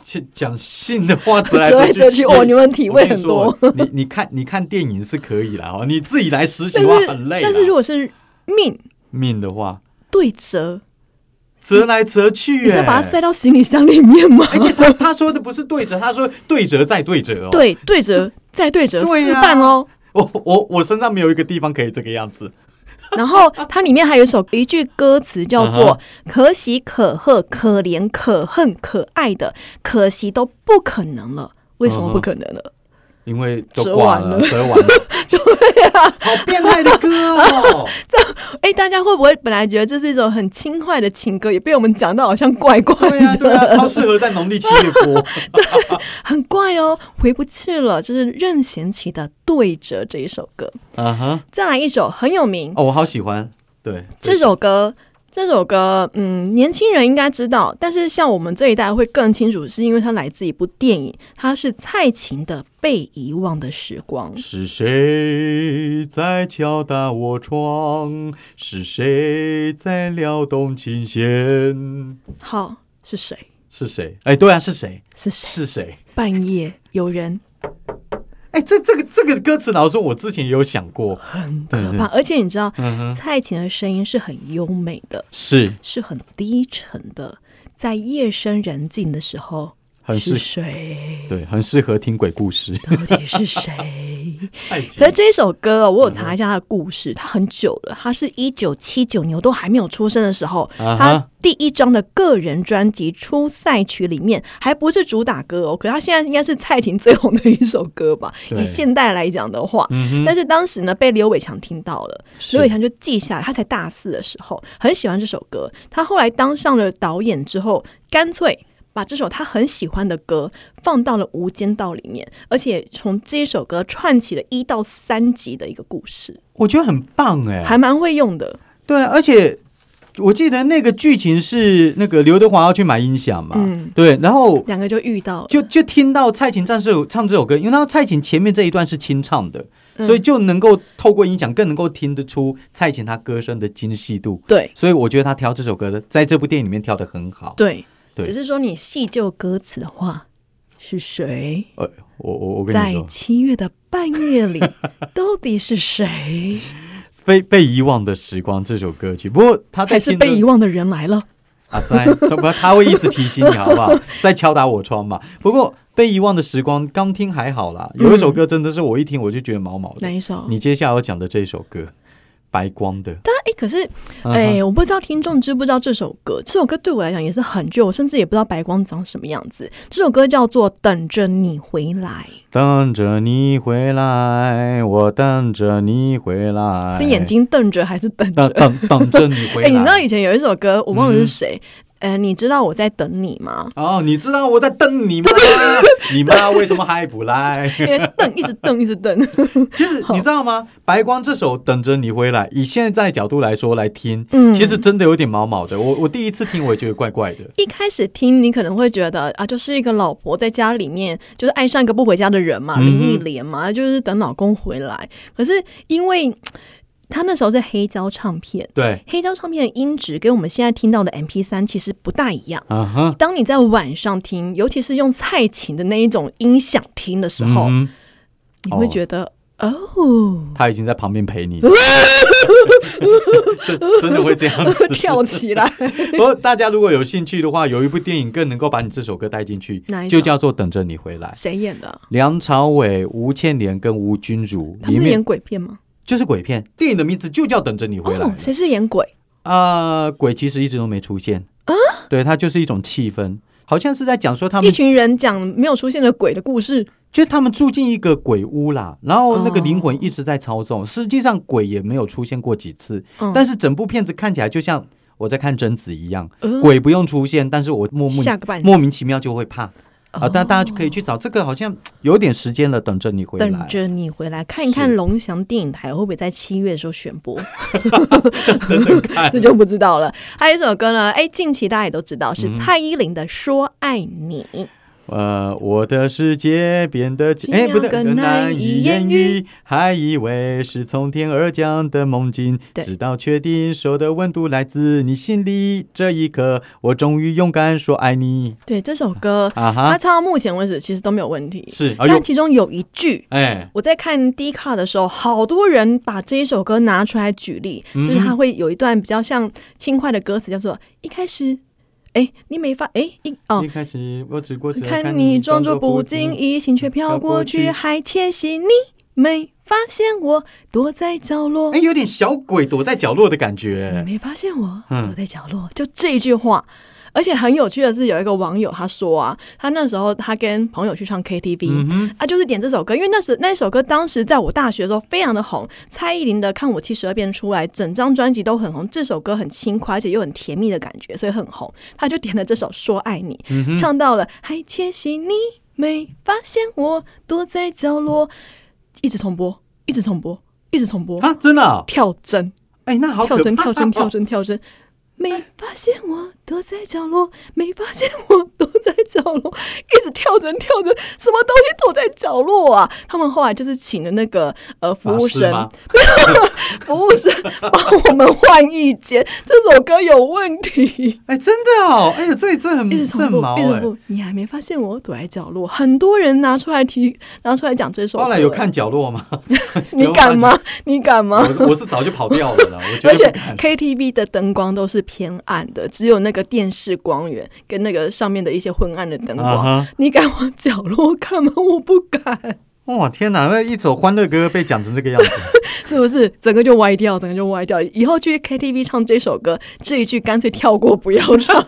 Speaker 1: 讲讲性的话，折来
Speaker 2: 折来折去，哦，
Speaker 1: 对
Speaker 2: 你们体
Speaker 1: 我
Speaker 2: 会
Speaker 1: 跟你
Speaker 2: 很多。
Speaker 1: 说，你 你看你看电影是可以啦，哦，你自己来实习
Speaker 2: 但
Speaker 1: 的话
Speaker 2: 是
Speaker 1: 很累啦。啊
Speaker 2: 但是如果是命
Speaker 1: 命的话，
Speaker 2: 对折，
Speaker 1: 折来折去、
Speaker 2: 你
Speaker 1: 欸，
Speaker 2: 是要把它塞到行李箱里面吗？
Speaker 1: 而且他他说的不是对折，他说对折再对折哦。，
Speaker 2: 对，对折再对折，
Speaker 1: 对
Speaker 2: 四
Speaker 1: 啊
Speaker 2: 半哦。
Speaker 1: 我我我身上没有一个地方可以这个样子。
Speaker 2: 然后它里面还有一首一句歌词叫做
Speaker 1: 嗯
Speaker 2: “可喜可贺、可怜可恨、可爱的，可惜都不
Speaker 1: 嗯
Speaker 2: 可能了”。为什么不可能了？
Speaker 1: 因为都
Speaker 2: 折
Speaker 1: 挂
Speaker 2: 完
Speaker 1: 了，
Speaker 2: 了啊
Speaker 1: 折完了，好变态的歌 哦！
Speaker 2: 哎、大家会不会本来觉得这是一首很轻快的情歌，也被我们讲到好像怪怪的？
Speaker 1: 对啊，对啊，超适合在农历七月播。
Speaker 2: 很怪哦，回不去了。就是任贤齐的《对折》这一首歌，
Speaker 1: 啊哈，
Speaker 2: 再来一首很有名，
Speaker 1: 哦，我好喜欢。对，
Speaker 2: 这首歌。这首歌，嗯，年轻人应该知道，但是像我们这一代会更清楚，是因为它来自一部电影，它是蔡琴的《被遗忘的时光》。
Speaker 1: 是谁在敲打我窗？是谁在撩动琴弦？
Speaker 2: 好，是谁？
Speaker 1: 是谁？哎，对啊，是谁？
Speaker 2: 是谁？
Speaker 1: 是谁？
Speaker 2: 半夜有人
Speaker 1: 哎，这这个这个歌词，老实说，我之前也有想过，
Speaker 2: 很可怕，而且你知道，蔡琴的声音是很优美的，
Speaker 1: 是
Speaker 2: 是很低沉的，在夜深人静的时候，
Speaker 1: 很
Speaker 2: 是
Speaker 1: 适
Speaker 2: 谁？
Speaker 1: 对，很适合听鬼故事。哎
Speaker 2: 到底是谁？
Speaker 1: 蔡琴
Speaker 2: 可是这一首歌哦，
Speaker 1: 嗯
Speaker 2: 我有查一下它的故事，它很久了，它是一九七九年我都还没有出生的时候，
Speaker 1: 啊哈
Speaker 2: 它第一张的个人专辑《出赛曲》里面还不是主打歌哦，可它现在应该是蔡琴最红的一首歌吧？
Speaker 1: 对
Speaker 2: 以现代来讲的话，但是当时呢被刘伟强听到了，
Speaker 1: 嗯是
Speaker 2: 刘伟强就记下来，他才大四的时候很喜欢这首歌，他后来当上了导演之后，干脆。把这首他很喜欢的歌放到了《无间道》里面，而且从这一首歌串起了一到三集的一个故事，
Speaker 1: 我觉得很棒哎、
Speaker 2: 还蛮会用的。
Speaker 1: 对，啊而且我记得那个剧情是那个刘德华要去买音响嘛，
Speaker 2: 嗯
Speaker 1: 对，然后
Speaker 2: 两个就遇到了，
Speaker 1: 就就听到蔡琴唱这首唱这首歌，因为他蔡琴前面这一段是清唱的，
Speaker 2: 嗯
Speaker 1: 所以就能够透过音响更能够听得出蔡琴她歌声的精细度。
Speaker 2: 对
Speaker 1: 所以我觉得他挑这首歌的，在这部电影里面挑的很好。
Speaker 2: 对，
Speaker 1: 对
Speaker 2: 只是说你细究歌词的话，是谁
Speaker 1: 呃，我我我跟你
Speaker 2: 在
Speaker 1: 说，
Speaker 2: 七月的半 夜里，到底是谁？
Speaker 1: 被被遗忘的时光这首歌曲，不过他啊在
Speaker 2: 还是
Speaker 1: 听
Speaker 2: 被遗
Speaker 1: 的
Speaker 2: 忘的人来了？
Speaker 1: 啊，在他不他会一直提醒你好不 好？在敲打我窗嘛。不过被遗忘的时光刚听还好啦，有一首歌真的是我一听我就觉得毛毛的
Speaker 2: 哪。嗯一首？
Speaker 1: 你接下来要讲的这首歌，白光的，
Speaker 2: 但哎、可是
Speaker 1: 嗯
Speaker 2: 哎、我不知道听众知不知道这首歌。这首歌对我来讲也是很旧，我甚至也不知道白光长什么样子。这首歌叫做《等着你回来
Speaker 1: 等着你回来，我等着你回来。》，
Speaker 2: 是眼睛瞪着还是等
Speaker 1: 哎等
Speaker 2: 着？
Speaker 1: 等等着你回来。
Speaker 2: 哎、
Speaker 1: 嗯
Speaker 2: 你知道以前有一首歌，我忘了是谁。呃，你知道我在等你吗？
Speaker 1: 哦，你知道我在瞪你吗？ 你妈为什么还不来？
Speaker 2: 因为瞪一直瞪一直瞪，
Speaker 1: 其实你知道吗？白光这首《等着你回来》，以现在角度来说来听，
Speaker 2: 嗯
Speaker 1: 其实真的有点毛毛的。我我第一次听，我也觉得怪怪的。
Speaker 2: 一开始听你可能会觉得啊，就是一个老婆在家里面就是爱上一个不回家的人嘛，
Speaker 1: 嗯哼
Speaker 2: 林忆莲嘛，就是等老公回来。可是因为她那时候是黑胶唱片，
Speaker 1: 对，
Speaker 2: 黑胶唱片的音质跟我们现在听到的 MP 三其实不大一样。
Speaker 1: 啊哈，
Speaker 2: 当你在晚上听，尤其是用蔡琴的那一种音响听的时候，
Speaker 1: 嗯
Speaker 2: 你会觉得哦，。
Speaker 1: 他已经在旁边陪你了， 真真的会这样子
Speaker 2: 哦 跳 起来。
Speaker 1: 不过大家如果有兴趣的话，有一部电影更能够把你这首歌带进去
Speaker 2: 哪一，首
Speaker 1: 就叫做《等着你回来》。
Speaker 2: 谁演的？
Speaker 1: 梁朝伟、吴倩莲跟吴君如，
Speaker 2: 他
Speaker 1: 里
Speaker 2: 们是
Speaker 1: 面
Speaker 2: 演鬼片吗？
Speaker 1: 就是鬼片，电影的名字就叫《等着你回来》
Speaker 2: 哦，。谁是演鬼？
Speaker 1: 啊、鬼其实一直都没出现啊，对，它就是一种气氛，好像是在讲说他
Speaker 2: 一
Speaker 1: 们，
Speaker 2: 群人讲没有出现的鬼的故事。
Speaker 1: 就是他们住进一个鬼屋啦，然后那个
Speaker 2: 哦
Speaker 1: 灵魂一直在操纵，实际上鬼也没有出现过几次，
Speaker 2: 嗯
Speaker 1: 但是整部片子看起来就像我在看贞子一样，
Speaker 2: 呃
Speaker 1: 鬼不用出现，但是我莫
Speaker 2: 吓
Speaker 1: 莫
Speaker 2: 个半死
Speaker 1: 莫名其妙就会怕。
Speaker 2: 哦
Speaker 1: 啊，但大家就可以去找这个，好像有点时间了，等着你回来。
Speaker 2: 等着你回来看一看
Speaker 1: 是
Speaker 2: 龙翔电影台会不会在七月的时候选播，
Speaker 1: 等等看
Speaker 2: 这就不知道了。还有一首歌呢，哎，近期大家也都知道是
Speaker 1: 嗯
Speaker 2: 蔡依林的《说爱你》。
Speaker 1: 呃，我的世界变得
Speaker 2: 奇
Speaker 1: 奇哎，不
Speaker 2: 妙
Speaker 1: 对，
Speaker 2: 更难以言喻，
Speaker 1: 还以为是从天而降的梦境，
Speaker 2: 对
Speaker 1: 直到确定手的温度来自你心里。这一刻，我终于勇敢说爱你。
Speaker 2: 对这首歌，
Speaker 1: 啊
Speaker 2: 它
Speaker 1: 哈，
Speaker 2: 唱到目前为止其实都没有问题，
Speaker 1: 是，哎呦
Speaker 2: 但，其中有一句。
Speaker 1: 哎，
Speaker 2: 我在看 D 卡的时候，好多人把这一首歌拿出来举例，
Speaker 1: 嗯
Speaker 2: 就是它会有一段比较像轻快的歌词，叫做“一开始，哎，你没发，哎，一哦
Speaker 1: 一，开始我只顾着
Speaker 2: 看你装作不经，意，心却飘过去，
Speaker 1: 飘过去
Speaker 2: 还窃喜你没发现我躲在角落
Speaker 1: 哎，，有点小鬼躲在角落的感
Speaker 2: 你
Speaker 1: 觉。
Speaker 2: 没发现我
Speaker 1: 嗯
Speaker 2: 躲在角落，就这一句话。而且很有趣的是，有一个网友他说啊，他那时候他跟朋友去唱 KTV，、啊，
Speaker 1: 嗯
Speaker 2: 就是点这首歌，因为那时那首歌当时在我大学的时候非常的红，蔡依林的《看我七十二变》出来，整张专辑都很红，这首歌很轻快，而且又很甜蜜的感觉，所以很红。他就点了这首《说爱你》，
Speaker 1: 嗯
Speaker 2: 唱到了还窃喜你没发现我躲在角落，一直重播，一直重播，一直重播，
Speaker 1: 啊，真的、哦，
Speaker 2: 跳针。
Speaker 1: 哎、那好可
Speaker 2: 跳针
Speaker 1: 怕
Speaker 2: 跳针
Speaker 1: 哦
Speaker 2: 跳针跳针，没发现我躲在角落，没发现我躲在角落，一直跳针跳针，什么东西躲在角落啊？他们后来就是请了那个呃服务
Speaker 1: 法师
Speaker 2: 生
Speaker 1: 吗，
Speaker 2: 服务生帮我们换一间，这首歌有问题。
Speaker 1: 哎、真的哦，哎呦，这这很
Speaker 2: 一直
Speaker 1: 这
Speaker 2: 重
Speaker 1: 很
Speaker 2: 复，
Speaker 1: 毛
Speaker 2: 一直
Speaker 1: 哎、
Speaker 2: 重复，你还没发现我躲在角落？很多人拿出来提，拿出来讲这首歌。
Speaker 1: 后来有，看角落吗？
Speaker 2: 你
Speaker 1: 有
Speaker 2: 敢
Speaker 1: 看
Speaker 2: 吗？你敢 吗？
Speaker 1: 我我是早就跑掉了 啦，我绝对
Speaker 2: 而且
Speaker 1: 不敢。
Speaker 2: KTV 的灯光都是偏暗的，只有那个电视光源跟那个上面的一些昏暗的灯光。
Speaker 1: 啊哈！
Speaker 2: 你敢往角落看吗？我不敢，
Speaker 1: 哇天哪，那一首《欢乐歌》被讲成这个样子，
Speaker 2: 是不是？整个就歪掉，整个就歪掉。以后去 KTV 唱这首歌，这一句干脆跳过，不要唱。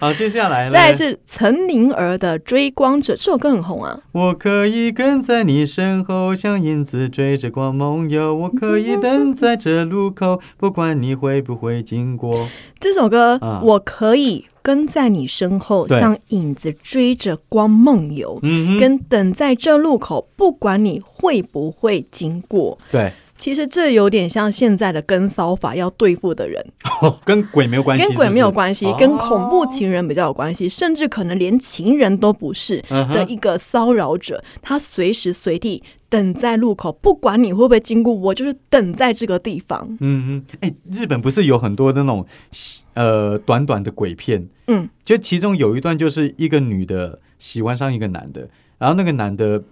Speaker 1: 好，接下 来呢？
Speaker 2: 再来是岑宁儿的《追光者》，这首歌很红啊。
Speaker 1: 我可以跟在你身后，像影子追着光梦游。我可以等在这路口，不管你会不会经过。
Speaker 2: 这首歌、
Speaker 1: 啊
Speaker 2: 我可以跟在你身后，
Speaker 1: 对
Speaker 2: 像影子追着光梦游。
Speaker 1: 嗯哼，
Speaker 2: 跟等在这路口，不管你会不会经过，
Speaker 1: 对，
Speaker 2: 其实这有点像现在的跟骚法要对付的人，
Speaker 1: 跟鬼没有关系，
Speaker 2: 跟鬼没有关系，
Speaker 1: 哦
Speaker 2: 跟恐怖情人比较有关系，甚至可能连情人都不是
Speaker 1: 嗯哼
Speaker 2: 的一个骚扰者，他随时随地等在路口，不管你会不会经过，我就是等在这个地方。
Speaker 1: 嗯哼，哎、日本不是有很多那种呃短短的鬼片？
Speaker 2: 嗯，
Speaker 1: 就其中有一段就是一个女的喜欢上一个男的，然后那个男的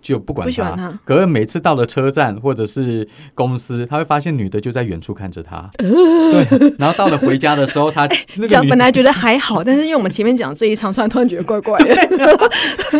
Speaker 1: 就不管
Speaker 2: 不喜欢她
Speaker 1: 可是每次到了车站或者是公司，他会发现女的就在远处看着他。对，然后到了回家的时候，他 那个
Speaker 2: 讲
Speaker 1: 女
Speaker 2: 呃 本来觉得还好，但是因为我们前面讲这一场，突然突然觉得 怪怪的。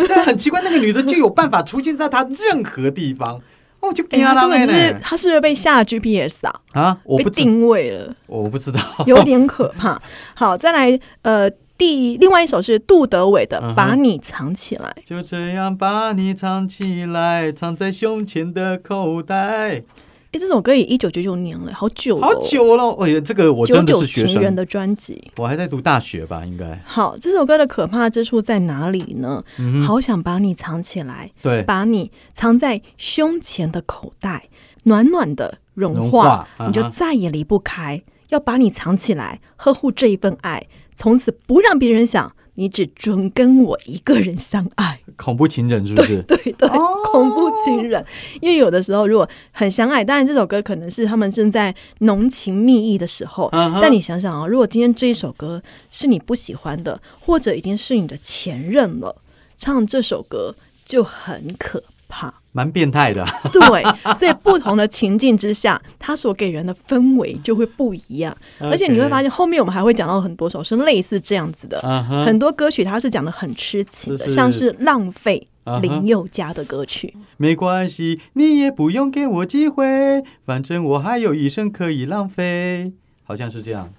Speaker 1: 但很奇怪，那个女的就有办法出现在他任何地方。哦，就
Speaker 2: 哎、
Speaker 1: 惊
Speaker 2: 他
Speaker 1: 啦
Speaker 2: 根本就是
Speaker 1: 呢
Speaker 2: 他是不是被下 GPS 啊？
Speaker 1: 啊！我
Speaker 2: 被
Speaker 1: 不知
Speaker 2: 定位了。
Speaker 1: 我不知道，
Speaker 2: 有点可怕。好，再来，呃，第另外一首是杜德伟的
Speaker 1: 嗯哼
Speaker 2: 《把你藏起来》。
Speaker 1: 就这样把你藏起来，藏在胸前的口袋。
Speaker 2: 诶，这首歌也一九九九年了，好久、哦，
Speaker 1: 好。久了，哎呀，这个我
Speaker 2: 九
Speaker 1: 真的
Speaker 2: 九
Speaker 1: 是学
Speaker 2: 情人
Speaker 1: 生，
Speaker 2: 的专辑，
Speaker 1: 我还在读大学吧，应该。
Speaker 2: 好，这首歌的可怕之处在哪里呢？
Speaker 1: 嗯哼，
Speaker 2: 好想把你藏起来，
Speaker 1: 对，
Speaker 2: 把你藏在胸前的口袋，暖暖的融
Speaker 1: 融
Speaker 2: 化
Speaker 1: 化，啊哈
Speaker 2: 你就再也离不开。要把你藏起来，呵护这一份爱，从此不让别人想，你只准跟我一个人相爱。
Speaker 1: 恐怖情人是不是？
Speaker 2: 对 对，
Speaker 1: 哦
Speaker 2: 恐怖情人，因为有的时候如果很相爱，当然这首歌可能是他们正在浓情蜜意的时候。
Speaker 1: 嗯哼
Speaker 2: 但你想想啊，如果今天这一首歌是你不喜欢的，或者已经是你的前任了，唱这首歌就很可怕。
Speaker 1: 蛮变态的啊。
Speaker 2: 对，所以不同的情境之下，它所给人的氛围就会不一 样。 而且你会发现，后面我们还会讲到很多首是类似这样子的。
Speaker 1: 嗯哼，
Speaker 2: 很多歌曲它是讲的很痴情
Speaker 1: 就
Speaker 2: 的，
Speaker 1: 是啊
Speaker 2: 像是《浪费
Speaker 1: 嗯》哼
Speaker 2: 林宥嘉的歌曲。
Speaker 1: 没关系，你也不用给我机会，反正我还有一生可以浪费，好像是这样。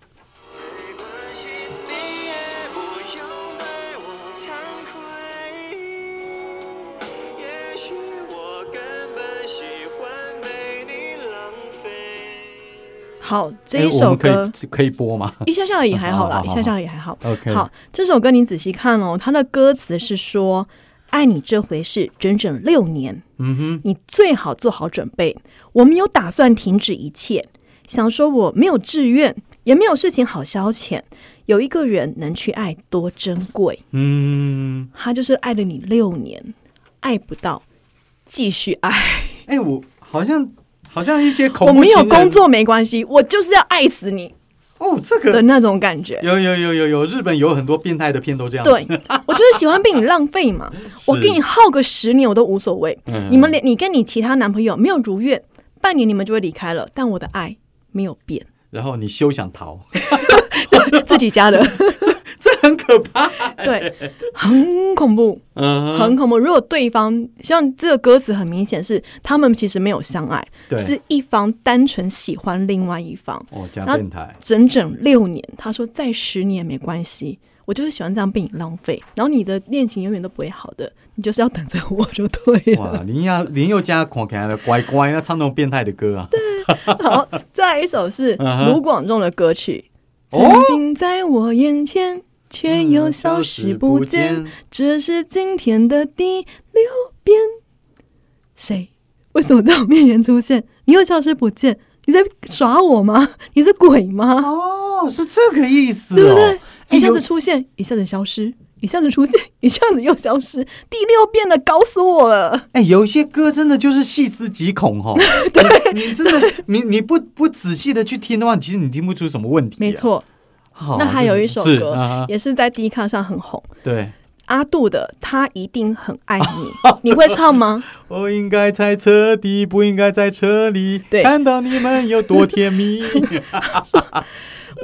Speaker 3: 没关系，你也不用对我惭愧。也许我根本喜欢被你浪费。
Speaker 2: 好，这
Speaker 1: 哎
Speaker 2: 一
Speaker 1: 我
Speaker 2: 首
Speaker 1: 们可以
Speaker 2: 歌、
Speaker 1: 可以播 吗
Speaker 2: 一下下而已，还好啦，
Speaker 1: 好好好
Speaker 2: 一下下而已还好。
Speaker 1: ？OK，
Speaker 2: 好，这首歌你仔细看哦，它的歌词是说：“爱你这回事整整六年，
Speaker 1: 嗯哼，
Speaker 2: 你最好做好准备。我们有打算停止一切，想说我没有志愿，也没有事情好消遣。有一个人能去爱，多珍贵。
Speaker 1: 嗯，
Speaker 2: 他就是爱了你六年，爱不到，继续爱。
Speaker 1: 哎、我好像好像一些恐
Speaker 2: 我
Speaker 1: 怖
Speaker 2: 没有
Speaker 1: 情人
Speaker 2: 工作没关系，我就是要爱死你
Speaker 1: 哦，这
Speaker 2: 的
Speaker 1: 个
Speaker 2: 那种感觉。”
Speaker 1: 有有有有有，日本有很多变态的片都这样子。
Speaker 2: 对， 我就是喜欢被你浪费 嘛，我跟你耗个十年我都无所谓。
Speaker 1: 嗯
Speaker 2: 你们连你跟你其他男朋友没有如愿，半年你们就会离开了，但我的爱没有变，
Speaker 1: 然后你休想逃，
Speaker 2: 自己家的
Speaker 1: 这很可怕。
Speaker 2: 对，很恐怖，
Speaker 1: 嗯哼，
Speaker 2: 很恐怖。如果对方像这个歌词很明显是他们其实没有相爱，
Speaker 1: 对
Speaker 2: 是一方单纯喜欢另外一方，
Speaker 1: 哦，讲
Speaker 2: 然后
Speaker 1: 变态，
Speaker 2: 整整六年。他说再十年没关系，我就是喜欢这样被你浪费，然后你的恋情永远都不会好的，你就是要等着我就对了。
Speaker 1: 哇，林亚林宥嘉看起来乖乖，那唱那种变态的歌啊，
Speaker 2: 好，再来一首是
Speaker 1: 嗯哼
Speaker 2: 卢广仲的歌曲，
Speaker 1: 哦
Speaker 2: 曾经在我眼前，却又消失不见。
Speaker 1: 嗯，
Speaker 2: 这是今天的第六遍。谁？为什么在我面前出现？你又消失不见？你在耍我吗？ 你是鬼吗？
Speaker 1: 哦，是这个意思、哦，
Speaker 2: 对不对？
Speaker 1: 哎
Speaker 2: 一下
Speaker 1: 有
Speaker 2: 子出现，一下子消失，一下子出现，一下子又消失，第六遍了，搞死我了！
Speaker 1: 哎、有一些歌真的就是细思极恐 哦。对你，你真的，你你不不仔细的去听的话，其实你听不出什么问题、啊
Speaker 2: 没，错，
Speaker 1: 好
Speaker 2: 那还有一首
Speaker 1: 是
Speaker 2: 歌、
Speaker 1: 啊
Speaker 2: 也是在 D 卡上很红，
Speaker 1: 对，
Speaker 2: 阿杜的《他一定很爱你》， 你会唱吗？
Speaker 1: 我应该在车底，不应该在车里，
Speaker 2: 对
Speaker 1: 看到你们有多甜 蜜。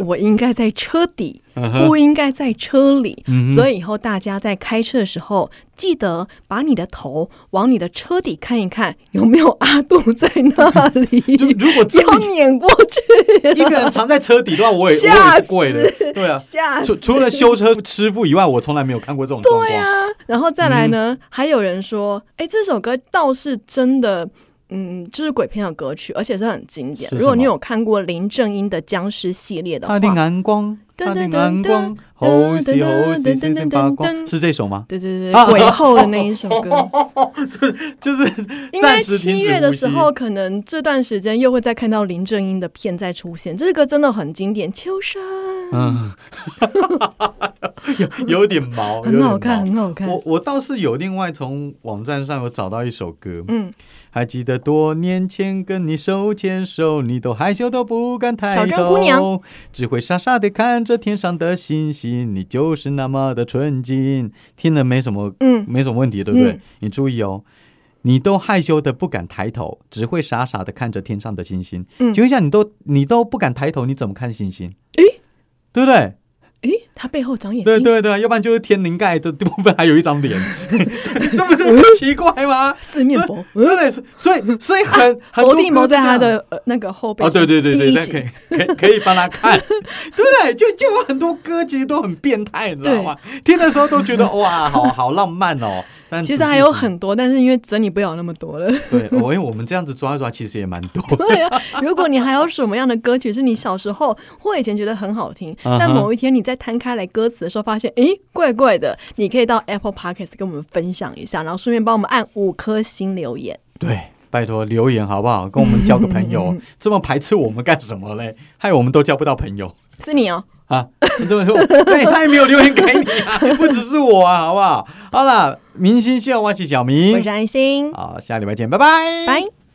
Speaker 2: 我应该在车底，
Speaker 1: 嗯哼
Speaker 2: 不应该在车里。
Speaker 1: 嗯哼
Speaker 2: 所以以后大家在开车的时候，记得把你的头往你的车底看一看，有没有阿杜在那里？
Speaker 1: 就如果真
Speaker 2: 要
Speaker 1: 的
Speaker 2: 碾过 去，
Speaker 1: 一个人藏在车底的话，我也我
Speaker 2: 吓
Speaker 1: 也
Speaker 2: 死
Speaker 1: 是跪的，对啊。
Speaker 2: 吓
Speaker 1: 除
Speaker 2: 死！
Speaker 1: 除了修车师傅以外，我从来没有看过这种状
Speaker 2: 对
Speaker 1: 况。
Speaker 2: 啊，然后再来呢，还有人说，哎，这首歌倒是真的。嗯，就是鬼片的歌曲，而且是很经典。
Speaker 1: 是什么
Speaker 2: 如果你有看过林正英的僵尸系列的话，
Speaker 1: 他的眼光，
Speaker 2: 噔
Speaker 1: 他的
Speaker 2: 噔
Speaker 1: 眼光
Speaker 2: 噔，
Speaker 1: 好喜好
Speaker 2: 噔
Speaker 1: 喜，
Speaker 2: 噔
Speaker 1: 闪
Speaker 2: 噔
Speaker 1: 闪发
Speaker 2: 噔
Speaker 1: 光，是这首吗？
Speaker 2: 对 对对，鬼后的那一首歌。
Speaker 1: 就是
Speaker 2: 应该
Speaker 1: 暂时停
Speaker 2: 七
Speaker 1: 止
Speaker 2: 月的时
Speaker 1: 呼吸
Speaker 2: 候，可能这段时间又会再看到林正英的片再出现，这个真的很经典。秋山、
Speaker 1: 嗯， 有有点毛，哦有
Speaker 2: 很
Speaker 1: 点
Speaker 2: 好看，
Speaker 1: 毛
Speaker 2: 很好看。
Speaker 1: 我我倒是有另外从网站上有找到一首歌，
Speaker 2: 嗯，
Speaker 1: 还记得多年前跟你手牵手，你都害羞都不敢抬
Speaker 2: 小镇姑娘
Speaker 1: 头，只会傻傻的看着天上的星星，你就是那么的纯净。听了没什么，
Speaker 2: 嗯
Speaker 1: 没什么问题，对不对？
Speaker 2: 嗯
Speaker 1: 你注意哦。你都害羞的不敢抬头，只会傻傻的看着天上的星星。
Speaker 2: 嗯
Speaker 1: 请问一下，你都你都不敢抬头，你怎么看星星？对不对？
Speaker 2: 诶，他背后长眼睛，
Speaker 1: 对对对，要不然就是天灵盖的部分还有一张 脸，这不是很奇怪吗？
Speaker 2: 四面佛。
Speaker 1: 对，所以所以很很
Speaker 2: 佛
Speaker 1: 多
Speaker 2: 地魔
Speaker 1: 歌
Speaker 2: 在他
Speaker 1: 这样
Speaker 2: 的、呃、那个后背
Speaker 1: 哦，
Speaker 2: 上。
Speaker 1: 对对对对，
Speaker 2: 第
Speaker 1: 那
Speaker 2: 一
Speaker 1: 可以
Speaker 2: 集
Speaker 1: 可以可以帮他 看，对不对？就就有很多歌其实都很变态，你知道吗？听的时候都觉 得哇，好好浪漫哦。但
Speaker 2: 其
Speaker 1: 仔
Speaker 2: 实
Speaker 1: 细
Speaker 2: 还有
Speaker 1: 想
Speaker 2: 很多，但是因为整理不了那么多了。
Speaker 1: 对，我、哦、因为我们这样子抓一抓，其实也蛮 多。
Speaker 2: 对啊，如果你还有什么样的歌曲是你小时候或以前觉得很好听，
Speaker 1: 嗯哼
Speaker 2: 但某一天你在摊开来歌词的时候发现，诶，怪怪的，你可以到 Apple Podcast 跟我们分享一下，然后顺便帮我们按五颗星留言。
Speaker 1: 对，拜托留言好不好？跟我们交个朋 友，这么排斥我们干什么嘞？害我们都交不到朋友。
Speaker 2: 是你哦，
Speaker 1: 啊， 你这么说，对，他也没有留言给你啊，不只是我啊，好不好？好了，明星秀，我是小
Speaker 2: 我
Speaker 1: 明
Speaker 2: 是，安心，
Speaker 1: 好，下礼拜见，拜拜，
Speaker 2: 拜。